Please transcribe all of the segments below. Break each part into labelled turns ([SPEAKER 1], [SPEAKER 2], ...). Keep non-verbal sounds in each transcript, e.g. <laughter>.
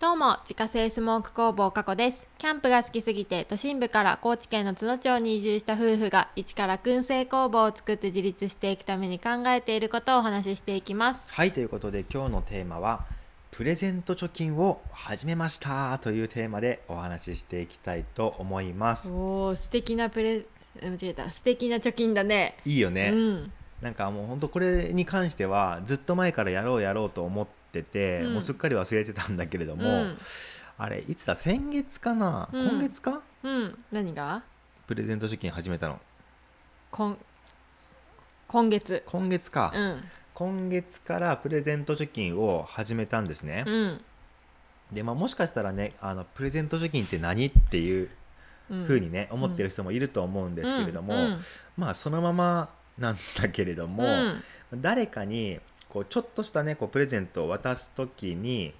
[SPEAKER 1] どうも自家製スモーク工房加古ですキャンプが好きすぎて都心部から高知県の津野町に移住した夫婦が一から燻製工房を作って自立していくために考えていることをお話ししていきます
[SPEAKER 2] はいということで今日のテーマは「プレゼント貯金を始めました」というテーマでお話ししていきたいと思います
[SPEAKER 1] おお素敵なプレ間違えた素敵な貯金だね
[SPEAKER 2] いいよね、
[SPEAKER 1] うん
[SPEAKER 2] なんかもうほんとこれに関してはずっと前からやろうやろうと思ってて、
[SPEAKER 1] うん
[SPEAKER 2] もうすっかり忘れてたんだけれども、
[SPEAKER 1] うん
[SPEAKER 2] あれいつだ先月かな、
[SPEAKER 1] うん
[SPEAKER 2] 今月か
[SPEAKER 1] うん何が
[SPEAKER 2] プレゼント貯金始めたの
[SPEAKER 1] 今今月
[SPEAKER 2] 今月か、
[SPEAKER 1] うん
[SPEAKER 2] 今月からプレゼント貯金を始めたんですね、
[SPEAKER 1] うん
[SPEAKER 2] でまあもしかしたらねあのプレゼント貯金って何っていう
[SPEAKER 1] うん
[SPEAKER 2] ふうにね、思ってる人もいると思うんですけれども、
[SPEAKER 1] うんうん
[SPEAKER 2] まあそのままなんだけれども、
[SPEAKER 1] うん
[SPEAKER 2] 誰かにこうちょっとしたねこうプレゼントを渡す時に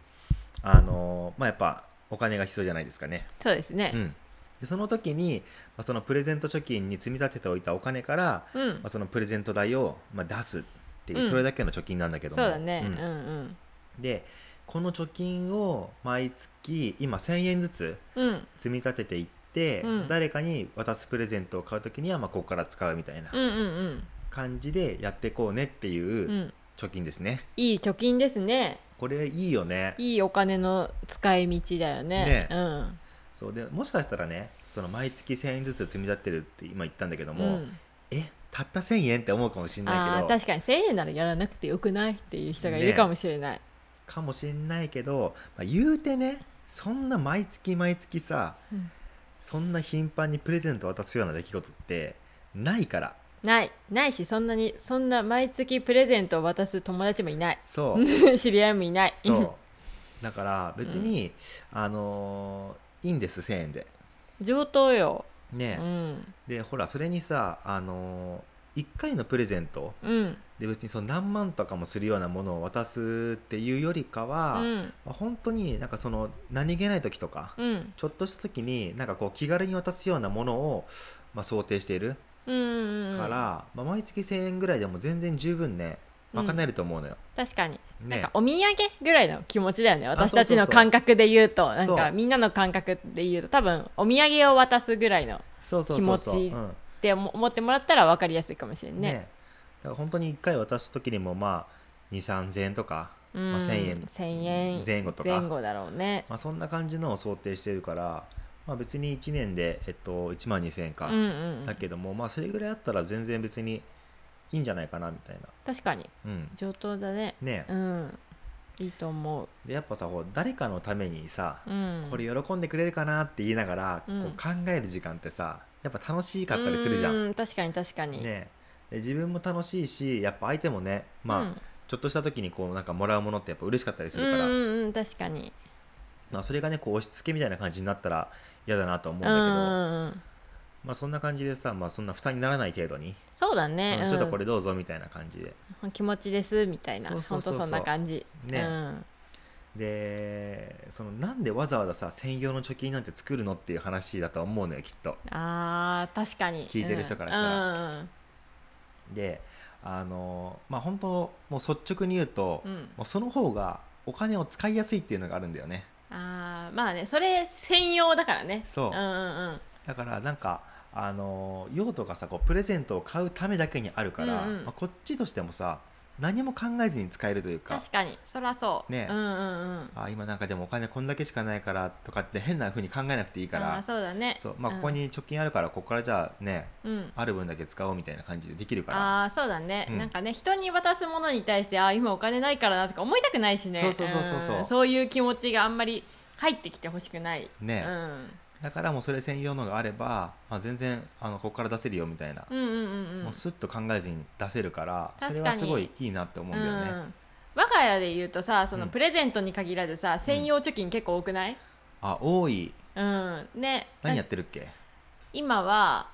[SPEAKER 2] あのまあやっぱお金が必要じゃないですかね。
[SPEAKER 1] そうですね
[SPEAKER 2] うん、でその時に、まあ、そのプレゼント貯金に積み立てておいたお金から、
[SPEAKER 1] うん、
[SPEAKER 2] まあ、そのプレゼント代を、まあ、出すっていう、
[SPEAKER 1] うん
[SPEAKER 2] それだけの貯金なんだけども
[SPEAKER 1] そうだね、
[SPEAKER 2] う
[SPEAKER 1] うんん、うん
[SPEAKER 2] でこの貯金を毎月今1,000円ずつ
[SPEAKER 1] うん
[SPEAKER 2] 積み立てていって、
[SPEAKER 1] うん
[SPEAKER 2] 誰かに渡すプレゼントを買う時には、まあ、ここから使うみたいな
[SPEAKER 1] うんうん
[SPEAKER 2] 感じでやってこうねって
[SPEAKER 1] うんう
[SPEAKER 2] いうん貯金ですね、
[SPEAKER 1] いい貯金ですね
[SPEAKER 2] これいいよね
[SPEAKER 1] いいお金の使い道だよね
[SPEAKER 2] ね
[SPEAKER 1] うん
[SPEAKER 2] そうでもしかしたらねその毎月1000円ずつ積み立ってるって今言ったんだけども、
[SPEAKER 1] ん、
[SPEAKER 2] えたった1000円って思うかもしんな
[SPEAKER 1] あ
[SPEAKER 2] い
[SPEAKER 1] ー
[SPEAKER 2] けど
[SPEAKER 1] 確かに1,000円ならやらなくてよくないっていう人がいる
[SPEAKER 2] ね
[SPEAKER 1] かもしれない、
[SPEAKER 2] かもしんないけど、まあ、言うてねそんな毎月毎月さ
[SPEAKER 1] うん
[SPEAKER 2] そんな頻繁にプレゼント渡すような出来事ってないから
[SPEAKER 1] ないないしそんなにそんな毎月プレゼントを渡す友達もいない
[SPEAKER 2] そ
[SPEAKER 1] <laughs>
[SPEAKER 2] う
[SPEAKER 1] 知り合いもいない
[SPEAKER 2] そうだから別に、あのーいいんです1000円で
[SPEAKER 1] <laughs> 上等よ、
[SPEAKER 2] ね、
[SPEAKER 1] うん
[SPEAKER 2] でほらそれにさあの1回のプレゼント
[SPEAKER 1] うん
[SPEAKER 2] で別にその何万とかもするようなものを渡すっていうよりか
[SPEAKER 1] う
[SPEAKER 2] は、
[SPEAKER 1] ん
[SPEAKER 2] まあ本当になんかその何気ない時とか、
[SPEAKER 1] うん
[SPEAKER 2] ちょっとした時になんかこう気軽に渡すようなものを、まあ、想定している
[SPEAKER 1] うんうんうん
[SPEAKER 2] から、まあ、毎月1000円ぐらいでも全然十分ね
[SPEAKER 1] うん
[SPEAKER 2] 賄えると思うのよ。
[SPEAKER 1] 確かに、な
[SPEAKER 2] ね
[SPEAKER 1] んかお土産ぐらいの気持ちだよね私たち
[SPEAKER 2] そう
[SPEAKER 1] の
[SPEAKER 2] そうそう
[SPEAKER 1] 感覚で言うとなん
[SPEAKER 2] そ
[SPEAKER 1] か
[SPEAKER 2] う
[SPEAKER 1] みんなの感覚で言うと多分お土産を渡すぐらいのっ
[SPEAKER 2] そうそうそうそう
[SPEAKER 1] 気持ちいい
[SPEAKER 2] うん
[SPEAKER 1] て思思ってもらったら分かりやすいかもしれんね
[SPEAKER 2] ねだから本当に1回渡す時にもまあ23000円とか、
[SPEAKER 1] うん
[SPEAKER 2] まあ、1000円
[SPEAKER 1] 1000円
[SPEAKER 2] 前後とか
[SPEAKER 1] 前後だろうね
[SPEAKER 2] まあ、そんな感じのを想定してるから、まあ、別に1年で、えっと、1万2000円か、
[SPEAKER 1] うんうん
[SPEAKER 2] だけども、まあ、それぐらいあったら全然別にいいんじゃないかなみたいな、
[SPEAKER 1] 確かに
[SPEAKER 2] うん、
[SPEAKER 1] 上等だね
[SPEAKER 2] ね
[SPEAKER 1] うんいいと思う、
[SPEAKER 2] でやっぱさこう誰かのためにさ、
[SPEAKER 1] うん、
[SPEAKER 2] これ喜んでくれるかなって言いながら、
[SPEAKER 1] うん
[SPEAKER 2] こう考える時間ってさやっぱ楽しかったりするじゃん、
[SPEAKER 1] う確かに確かに、
[SPEAKER 2] ねで自分も楽しいしやっぱ相手もね、まあ
[SPEAKER 1] うん
[SPEAKER 2] ちょっとした時にこうなんかもらうものってやっぱ嬉しかったりするから、
[SPEAKER 1] うんうんうん確かに
[SPEAKER 2] まあ、それがねこう押し付けみたいな感じになったら嫌だなと思うん
[SPEAKER 1] う
[SPEAKER 2] だ
[SPEAKER 1] ん
[SPEAKER 2] け
[SPEAKER 1] う
[SPEAKER 2] ど、
[SPEAKER 1] んうん
[SPEAKER 2] まあそんな感じでさ、まあそんな負担にならない程度に、
[SPEAKER 1] そうだね、
[SPEAKER 2] うんちょっとこ
[SPEAKER 1] れ
[SPEAKER 2] れどうぞみたいな感じで。
[SPEAKER 1] 気持ちですみたいな
[SPEAKER 2] そうそうそうそう
[SPEAKER 1] ほんとそんな感じ
[SPEAKER 2] ね
[SPEAKER 1] うん
[SPEAKER 2] で、そのなんでわざわざさ、専用の貯金なんて作るのっていう話だと思うのよ、きっと。
[SPEAKER 1] あー確かに
[SPEAKER 2] 聞いてる人からしたら
[SPEAKER 1] ら
[SPEAKER 2] で、あの、まあ本当もう率直に言うと、
[SPEAKER 1] うん、うん
[SPEAKER 2] もうその方がお金を使いやすいっていうのがあるんだよね。
[SPEAKER 1] あーまあねそれ専用だからね
[SPEAKER 2] そう
[SPEAKER 1] うんうんうん
[SPEAKER 2] だからなんか、あの、用途がさ、こうプレゼントを買うためだけにあるから、
[SPEAKER 1] うんうん
[SPEAKER 2] まあ、こっちとしてもさ、何も考えずに使えるというか。
[SPEAKER 1] 確かにそらそう
[SPEAKER 2] ね
[SPEAKER 1] うんうんうん
[SPEAKER 2] あ今なんかでもお金こんだけしかないからとかって変な風に考えなくていいか
[SPEAKER 1] あー
[SPEAKER 2] ら
[SPEAKER 1] そうだね
[SPEAKER 2] そうまあ、
[SPEAKER 1] うん
[SPEAKER 2] ここに貯金あるからここからじゃあね
[SPEAKER 1] うん
[SPEAKER 2] ある分だけ使おうみたいな感じでできるから
[SPEAKER 1] ああーそうだね、
[SPEAKER 2] うん
[SPEAKER 1] なんかね人に渡すものに対してああ今お金ないからなとか思いたくないしね
[SPEAKER 2] そうそうそうそうそうん
[SPEAKER 1] そういう気持ちがあんまり入ってきてほしくない、
[SPEAKER 2] ね
[SPEAKER 1] うん、
[SPEAKER 2] だからもうそれ専用のがあれば、まあ、全然あのここから出せるよみたいな、
[SPEAKER 1] うんうんうんうん
[SPEAKER 2] もうスッと考えずに出せるから
[SPEAKER 1] 確かに
[SPEAKER 2] それはすごいいいなって思うんだよね、
[SPEAKER 1] うん我が家で言うとさその
[SPEAKER 2] うん
[SPEAKER 1] プレゼントに限らずさ、専用貯金結構多くない
[SPEAKER 2] あ多い
[SPEAKER 1] うんね
[SPEAKER 2] 何やってるっけ
[SPEAKER 1] 今は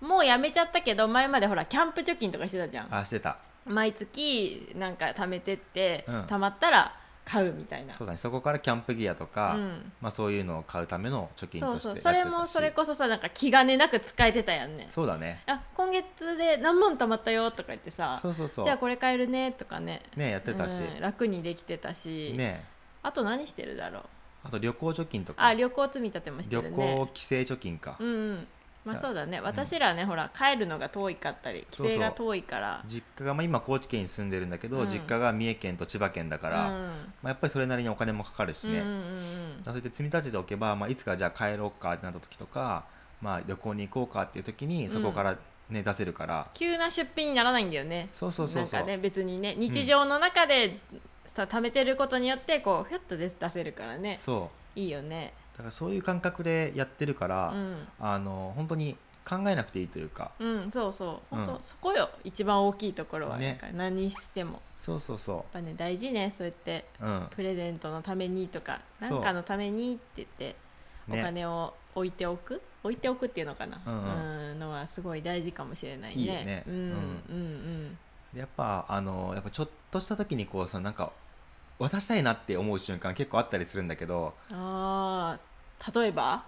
[SPEAKER 1] もうやめちゃったけど前までほらキャンプ貯金とかしてたじゃん
[SPEAKER 2] あしてた
[SPEAKER 1] 毎月なんか貯めてって、
[SPEAKER 2] うん
[SPEAKER 1] 貯まったら買うみたいな
[SPEAKER 2] そうだねそこからキャンプギアとか、
[SPEAKER 1] うん
[SPEAKER 2] まあ、そういうのを買うための貯金
[SPEAKER 1] そ
[SPEAKER 2] と
[SPEAKER 1] う
[SPEAKER 2] して
[SPEAKER 1] そう
[SPEAKER 2] やってたし
[SPEAKER 1] それもそれこそさなんか気兼ねなく使えてたやんね
[SPEAKER 2] そうだね
[SPEAKER 1] あ今月で何万貯まったよとか言ってさ
[SPEAKER 2] そうそうそう
[SPEAKER 1] じゃあこれ買えるねとかね
[SPEAKER 2] ねやってたし、
[SPEAKER 1] うん楽にできてたし、
[SPEAKER 2] ね
[SPEAKER 1] あと何してるだろう
[SPEAKER 2] あと旅行貯金とか
[SPEAKER 1] あ旅行積み立てもしてる
[SPEAKER 2] 旅
[SPEAKER 1] ね
[SPEAKER 2] 行帰省貯金か、
[SPEAKER 1] うんうんまあそうだね私らね、ほら帰るのが遠かったり
[SPEAKER 2] そうそう
[SPEAKER 1] 帰省が遠いから
[SPEAKER 2] 実家が、まあ、今高知県に住んでるんだけど、
[SPEAKER 1] うん
[SPEAKER 2] 実家が三重県と千葉県だから、まあ、やっぱりそれなりにお金もかかるし
[SPEAKER 1] うん
[SPEAKER 2] ね、
[SPEAKER 1] うんうん
[SPEAKER 2] だからそうやって積み立てておけば、まあ、いつかじゃあ帰ろうかってなった時とか、まあ、旅行に行こうかっていう時にそこから、ね出せるから
[SPEAKER 1] 急な出費にならないんだよね
[SPEAKER 2] そうそうそうそう
[SPEAKER 1] なんかね別にね日常の中でさ貯めてることによってこうひょっと出出せるからね
[SPEAKER 2] そ
[SPEAKER 1] いいよね
[SPEAKER 2] うだからそういう感覚でやってるから、
[SPEAKER 1] うん
[SPEAKER 2] あの本当に考えなくていいというか
[SPEAKER 1] うんそうそう本当、
[SPEAKER 2] うん
[SPEAKER 1] そこよ一番大きいところは、
[SPEAKER 2] ね
[SPEAKER 1] なんか何してもやっ
[SPEAKER 2] そうそうそ
[SPEAKER 1] ぱね大事ねそうやって
[SPEAKER 2] ううん
[SPEAKER 1] プレゼントのためにとか
[SPEAKER 2] そう
[SPEAKER 1] 何かのためにって言ってお
[SPEAKER 2] ね
[SPEAKER 1] 金を置いておく、置いておくっていうのかな、
[SPEAKER 2] う
[SPEAKER 1] うんんのはすごい大事かもしれないね。
[SPEAKER 2] いいよね
[SPEAKER 1] うんう
[SPEAKER 2] う
[SPEAKER 1] んんうん
[SPEAKER 2] でやっぱあのやっぱちょっとした時にこうさなんか渡したいなって思う瞬間結構あったりするんだけど
[SPEAKER 1] あー例えば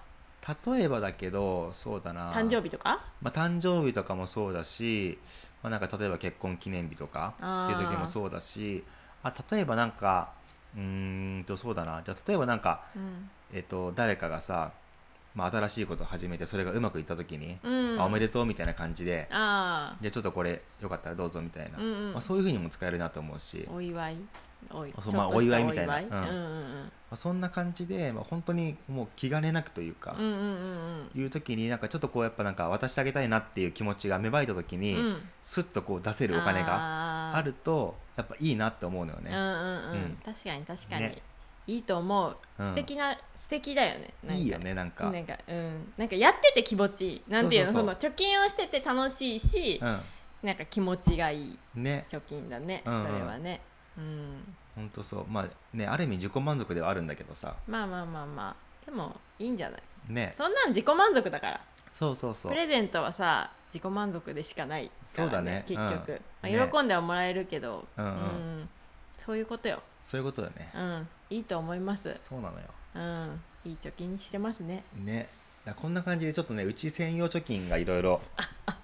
[SPEAKER 2] 例えばだけどそうだな
[SPEAKER 1] 誕生日とか
[SPEAKER 2] まあ、誕生日とかもそうだし、まあ、なんか例えば結婚記念日とか
[SPEAKER 1] あ
[SPEAKER 2] ってい
[SPEAKER 1] ー
[SPEAKER 2] う時もそうだしあ例えばなんかうーんとそうだなじゃあ例えばなんか、
[SPEAKER 1] うん、
[SPEAKER 2] えっと誰かがさ、まあ、新しいことを始めてそれがうまくいった時に、
[SPEAKER 1] うん、
[SPEAKER 2] あおめでとうみたいな感じで
[SPEAKER 1] あ
[SPEAKER 2] じゃあちょっとこれよかったらどうぞみたいな、
[SPEAKER 1] うんうん
[SPEAKER 2] まあ、そういうふうにも使えるなと思うし、
[SPEAKER 1] ー
[SPEAKER 2] ま
[SPEAKER 1] お祝いおい
[SPEAKER 2] そうまあ
[SPEAKER 1] ちょっとした
[SPEAKER 2] お祝いみたいな
[SPEAKER 1] お祝
[SPEAKER 2] うん
[SPEAKER 1] うんうん
[SPEAKER 2] あ、そんな感じで、まあ、本当にもう気兼ねなくというか、
[SPEAKER 1] うんうんうん
[SPEAKER 2] いう時になんかちょっとこうやっぱなんか渡してあげたいなっていう気持ちが芽生えた時
[SPEAKER 1] う
[SPEAKER 2] に、
[SPEAKER 1] んうん
[SPEAKER 2] スッとこう出せるお金が。
[SPEAKER 1] が
[SPEAKER 2] あるとやっぱいいなって思うのよ
[SPEAKER 1] うんう
[SPEAKER 2] ね、
[SPEAKER 1] んうん、
[SPEAKER 2] うん
[SPEAKER 1] 確かに確かに、
[SPEAKER 2] ね
[SPEAKER 1] いいと思う
[SPEAKER 2] うん
[SPEAKER 1] 素敵な、素敵だよねなんか
[SPEAKER 2] いいよねなんか
[SPEAKER 1] なんかうんなんかやってて気持ちいいなんていうの
[SPEAKER 2] そ
[SPEAKER 1] そう
[SPEAKER 2] そう
[SPEAKER 1] の貯金をしてて楽しいし、なんか気持ちがいい
[SPEAKER 2] うんね
[SPEAKER 1] 貯金だね、
[SPEAKER 2] うんうん
[SPEAKER 1] それはねうん
[SPEAKER 2] ほんとそうまあねある意味自己満足ではあるんだけどさ
[SPEAKER 1] まあまあまあまあでもいいんじゃない
[SPEAKER 2] ね
[SPEAKER 1] そんなん自己満足だから
[SPEAKER 2] そうそうそう
[SPEAKER 1] プレゼントはさ自己満足でしかないから、
[SPEAKER 2] そうだね
[SPEAKER 1] 結局、
[SPEAKER 2] うん
[SPEAKER 1] まあ
[SPEAKER 2] ね
[SPEAKER 1] 喜んではもらえるけど、
[SPEAKER 2] うんうん
[SPEAKER 1] そういうことよ
[SPEAKER 2] そういうことだね
[SPEAKER 1] うんいいと思います
[SPEAKER 2] そうなのよ
[SPEAKER 1] うんいい貯金してますね
[SPEAKER 2] ねだからこんな感じでちょっとねうち専用貯金がいろ
[SPEAKER 1] <laughs>
[SPEAKER 2] いろ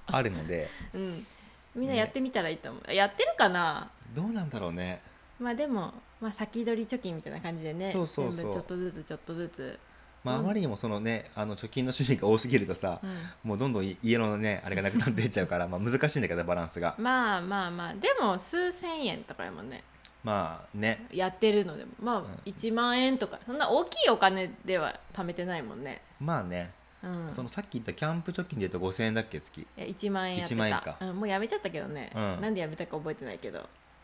[SPEAKER 2] あるので
[SPEAKER 1] うんみんなやってみたらいいと思う、やってるかな
[SPEAKER 2] どうなんだろうね
[SPEAKER 1] まあでも、まあ、先取り貯金みたいな感じでね
[SPEAKER 2] そうそうそう
[SPEAKER 1] 全部ちょっとずつちょっとずつ、
[SPEAKER 2] まああ
[SPEAKER 1] うん
[SPEAKER 2] まりにもそのねあの貯金の種類が多すぎるとさ、
[SPEAKER 1] うん
[SPEAKER 2] もうどんどん家のねあれがなくなっていっちゃうからまあ難しいんだけどバランスが
[SPEAKER 1] まあまあまあでも数千円とかやもんね
[SPEAKER 2] まあね
[SPEAKER 1] やってるのでもま
[SPEAKER 2] ん
[SPEAKER 1] あ1万円とかそんな大きいお金では貯めてないもんね、
[SPEAKER 2] まあね、
[SPEAKER 1] うん、
[SPEAKER 2] そのさっき言ったキャンプ貯金で言うと5000円だっけ月
[SPEAKER 1] いや1万円やって
[SPEAKER 2] 1万円か
[SPEAKER 1] た、うん、もうやめちゃったけどね、
[SPEAKER 2] うん
[SPEAKER 1] なんでやめたか覚えてないけど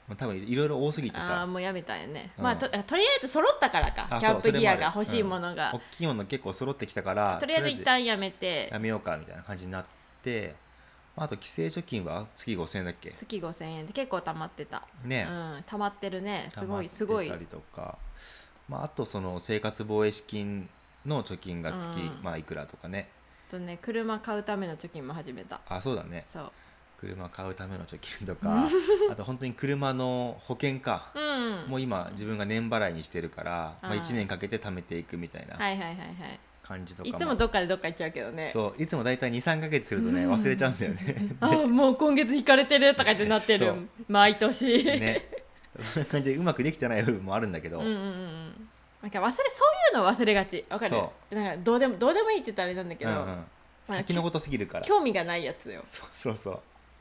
[SPEAKER 2] まあ多分いろいろ多すぎて
[SPEAKER 1] あ
[SPEAKER 2] さ
[SPEAKER 1] あーもうやめたんやね、
[SPEAKER 2] うん
[SPEAKER 1] まあととりあえず揃ったから
[SPEAKER 2] あ
[SPEAKER 1] かキャンプギアが
[SPEAKER 2] そう
[SPEAKER 1] 欲
[SPEAKER 2] それ
[SPEAKER 1] しい
[SPEAKER 2] あ
[SPEAKER 1] も
[SPEAKER 2] る
[SPEAKER 1] のが、
[SPEAKER 2] うん大きいもの結構揃ってきたから
[SPEAKER 1] とりあえず一旦やめて
[SPEAKER 2] やめようかみたいな感じになって、まあ、あと帰省貯金は月5000円だっけ
[SPEAKER 1] 月5000円で結構貯まってた、
[SPEAKER 2] ね、
[SPEAKER 1] うん貯まってるねすごいす
[SPEAKER 2] 溜まっ
[SPEAKER 1] ご
[SPEAKER 2] て
[SPEAKER 1] い
[SPEAKER 2] たりとか、まあ、あとその生活防衛資金の貯金が月、
[SPEAKER 1] うん
[SPEAKER 2] まあいくらとかね
[SPEAKER 1] とね車買うための貯金も始めた
[SPEAKER 2] あそうだね
[SPEAKER 1] そう
[SPEAKER 2] 車買うための貯金
[SPEAKER 1] <laughs>
[SPEAKER 2] とかあと本当に車の保険か、
[SPEAKER 1] うん
[SPEAKER 2] もう今自分が年払いにしてるから、まあ、
[SPEAKER 1] あー
[SPEAKER 2] 1年かけて貯めていくみたいな
[SPEAKER 1] はいはいはいはい
[SPEAKER 2] 感じとか
[SPEAKER 1] いつもどっかでどっか行っちゃうけどね
[SPEAKER 2] そういつも大体23か月するとね忘れちゃうんだ
[SPEAKER 1] <laughs>
[SPEAKER 2] よね
[SPEAKER 1] あーもう今月行かれてるとかってなって
[SPEAKER 2] <laughs> そ
[SPEAKER 1] る
[SPEAKER 2] う
[SPEAKER 1] 毎年、
[SPEAKER 2] ねそんな感じでうまくできてない部分もあるんだけど、
[SPEAKER 1] うんうんうんうんなんか忘れそういうの忘れがちわかる
[SPEAKER 2] そ
[SPEAKER 1] なんかどうでもどうでもいいって言ったらあれなんだけど、
[SPEAKER 2] うんうん先のことすぎるから
[SPEAKER 1] 興味がないやつよ
[SPEAKER 2] そうそうそう、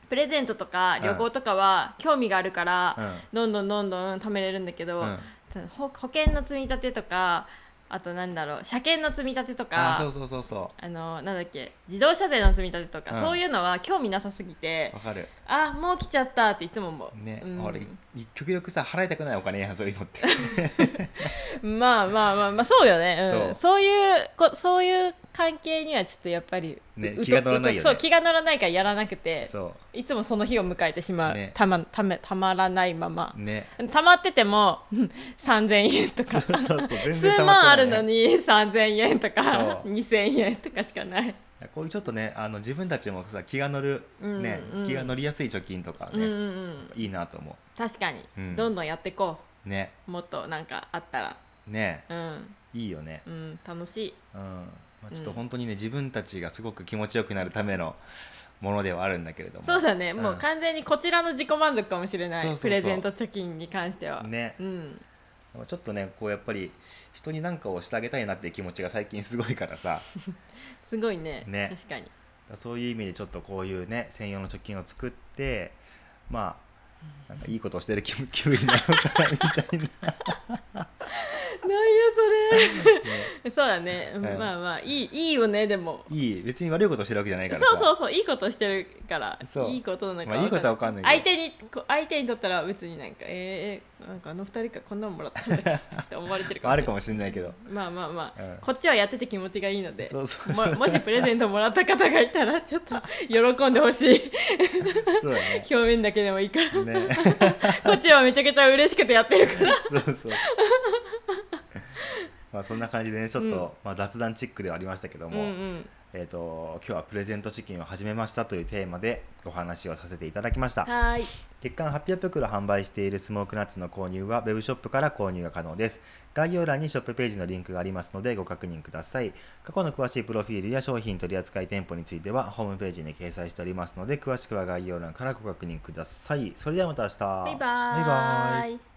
[SPEAKER 1] プレゼントとか旅行とかは興味があるから、
[SPEAKER 2] うん
[SPEAKER 1] どんどんどんどん貯めれるんだけど、
[SPEAKER 2] うん、
[SPEAKER 1] ほ保険の積み立てとかあとなんだろう車検の積み立てとか
[SPEAKER 2] あそうそうそうそ
[SPEAKER 1] あのなんだっけ自動車税の積み立てとか、
[SPEAKER 2] うん
[SPEAKER 1] そういうのは興味なさすぎて
[SPEAKER 2] うわかる
[SPEAKER 1] あもう来ちゃったっていつも思う、
[SPEAKER 2] ね、
[SPEAKER 1] うん
[SPEAKER 2] 俺極力さ払いたくないお金やんそういうのって
[SPEAKER 1] <laughs> まあまあまあまあそうよね、うん、
[SPEAKER 2] そ
[SPEAKER 1] そ
[SPEAKER 2] う
[SPEAKER 1] ういうこそういう関係にはちょっとやっぱり、
[SPEAKER 2] ね
[SPEAKER 1] うと
[SPEAKER 2] 気が乗らない
[SPEAKER 1] う
[SPEAKER 2] よね
[SPEAKER 1] とそう気が乗らないからやらなくて
[SPEAKER 2] そ
[SPEAKER 1] いつもその日を迎えてしまう、
[SPEAKER 2] ね
[SPEAKER 1] たまためたまらないまま <laughs>
[SPEAKER 2] う、ね
[SPEAKER 1] たまってても <laughs> うん3000円とか
[SPEAKER 2] そうそう全
[SPEAKER 1] 数
[SPEAKER 2] 然溜まってない
[SPEAKER 1] 万あるのに3000円とか
[SPEAKER 2] そう
[SPEAKER 1] 2000円とかしかない、
[SPEAKER 2] こういうちょっとねあの自分たちもさ気が乗る、
[SPEAKER 1] うん
[SPEAKER 2] ね
[SPEAKER 1] うん
[SPEAKER 2] 気が乗りやすい貯金とか
[SPEAKER 1] うん
[SPEAKER 2] ね、
[SPEAKER 1] うんうん
[SPEAKER 2] いいなと思
[SPEAKER 1] 確かに、
[SPEAKER 2] うん
[SPEAKER 1] どんどんやっていこ
[SPEAKER 2] うね
[SPEAKER 1] うもっとなんかあったら
[SPEAKER 2] ね
[SPEAKER 1] うん
[SPEAKER 2] いいよね
[SPEAKER 1] うん楽しい
[SPEAKER 2] うん、まあ、ちょっと
[SPEAKER 1] うん
[SPEAKER 2] 本当にね自分たちがすごく気持ちよくなるためのものではあるんだけれども
[SPEAKER 1] そうだね、
[SPEAKER 2] ん
[SPEAKER 1] もう完全にこちらの自己満足かもしれない
[SPEAKER 2] そうそうそう
[SPEAKER 1] プレゼント貯金に関しては
[SPEAKER 2] ね
[SPEAKER 1] うん、
[SPEAKER 2] でもちょっとねこうやっぱり人に何かをしてあげたいなっていう気持ちが最近すごいからさ
[SPEAKER 1] すごいね
[SPEAKER 2] ね
[SPEAKER 1] 確かに
[SPEAKER 2] そういう意味でちょっとこういうね専用の貯金を作ってまあなんかいいことをし
[SPEAKER 1] <laughs>
[SPEAKER 2] てる気分気分になろうかなみたいな、
[SPEAKER 1] なんや
[SPEAKER 2] <laughs>
[SPEAKER 1] それ <laughs> そうだね、
[SPEAKER 2] ん
[SPEAKER 1] まあまあいいいいよねでも
[SPEAKER 2] いい別に悪いことをしてるわけじゃないからさ
[SPEAKER 1] そうそうそういいことしてるから
[SPEAKER 2] そう
[SPEAKER 1] いいことなのか
[SPEAKER 2] まあいいことはわかんないけど
[SPEAKER 1] 相手にこう相手にとったら別になんかえーえーなんかあの二人からこんなんもらったんだっけって思われてる
[SPEAKER 2] まあ、
[SPEAKER 1] かも
[SPEAKER 2] あ
[SPEAKER 1] し
[SPEAKER 2] る
[SPEAKER 1] れない
[SPEAKER 2] かもしれないけど
[SPEAKER 1] まあまあまあ、
[SPEAKER 2] うん
[SPEAKER 1] こっちはやってて気持ちがいいので
[SPEAKER 2] そうそう
[SPEAKER 1] も <laughs> もしプレゼントもらった方がいたらちょっと喜んでほしい
[SPEAKER 2] そうだね
[SPEAKER 1] 表面だけでもいいから <laughs>
[SPEAKER 2] ね
[SPEAKER 1] こっちはめちゃくちゃ嬉しくてやってるから
[SPEAKER 2] そうそう <laughs> まあそんな感じでねちょっと、まあ、雑談チックではありましたけど
[SPEAKER 1] うん
[SPEAKER 2] も、
[SPEAKER 1] うん
[SPEAKER 2] えー、と今日はプレゼントチキンを始めましたというテーマでお話をさせていただきました
[SPEAKER 1] はーい
[SPEAKER 2] 月間800袋販売しているスモークナッツの購入はウェブショップから購入が可能です概要欄にショップページのリンクがありますのでご確認ください過去の詳しいプロフィールや商品取扱店舗についてはホームページに掲載しておりますので詳しくは概要欄からご確認くださいそれではまた明日
[SPEAKER 1] バイバーイ
[SPEAKER 2] バイバイ
[SPEAKER 1] イ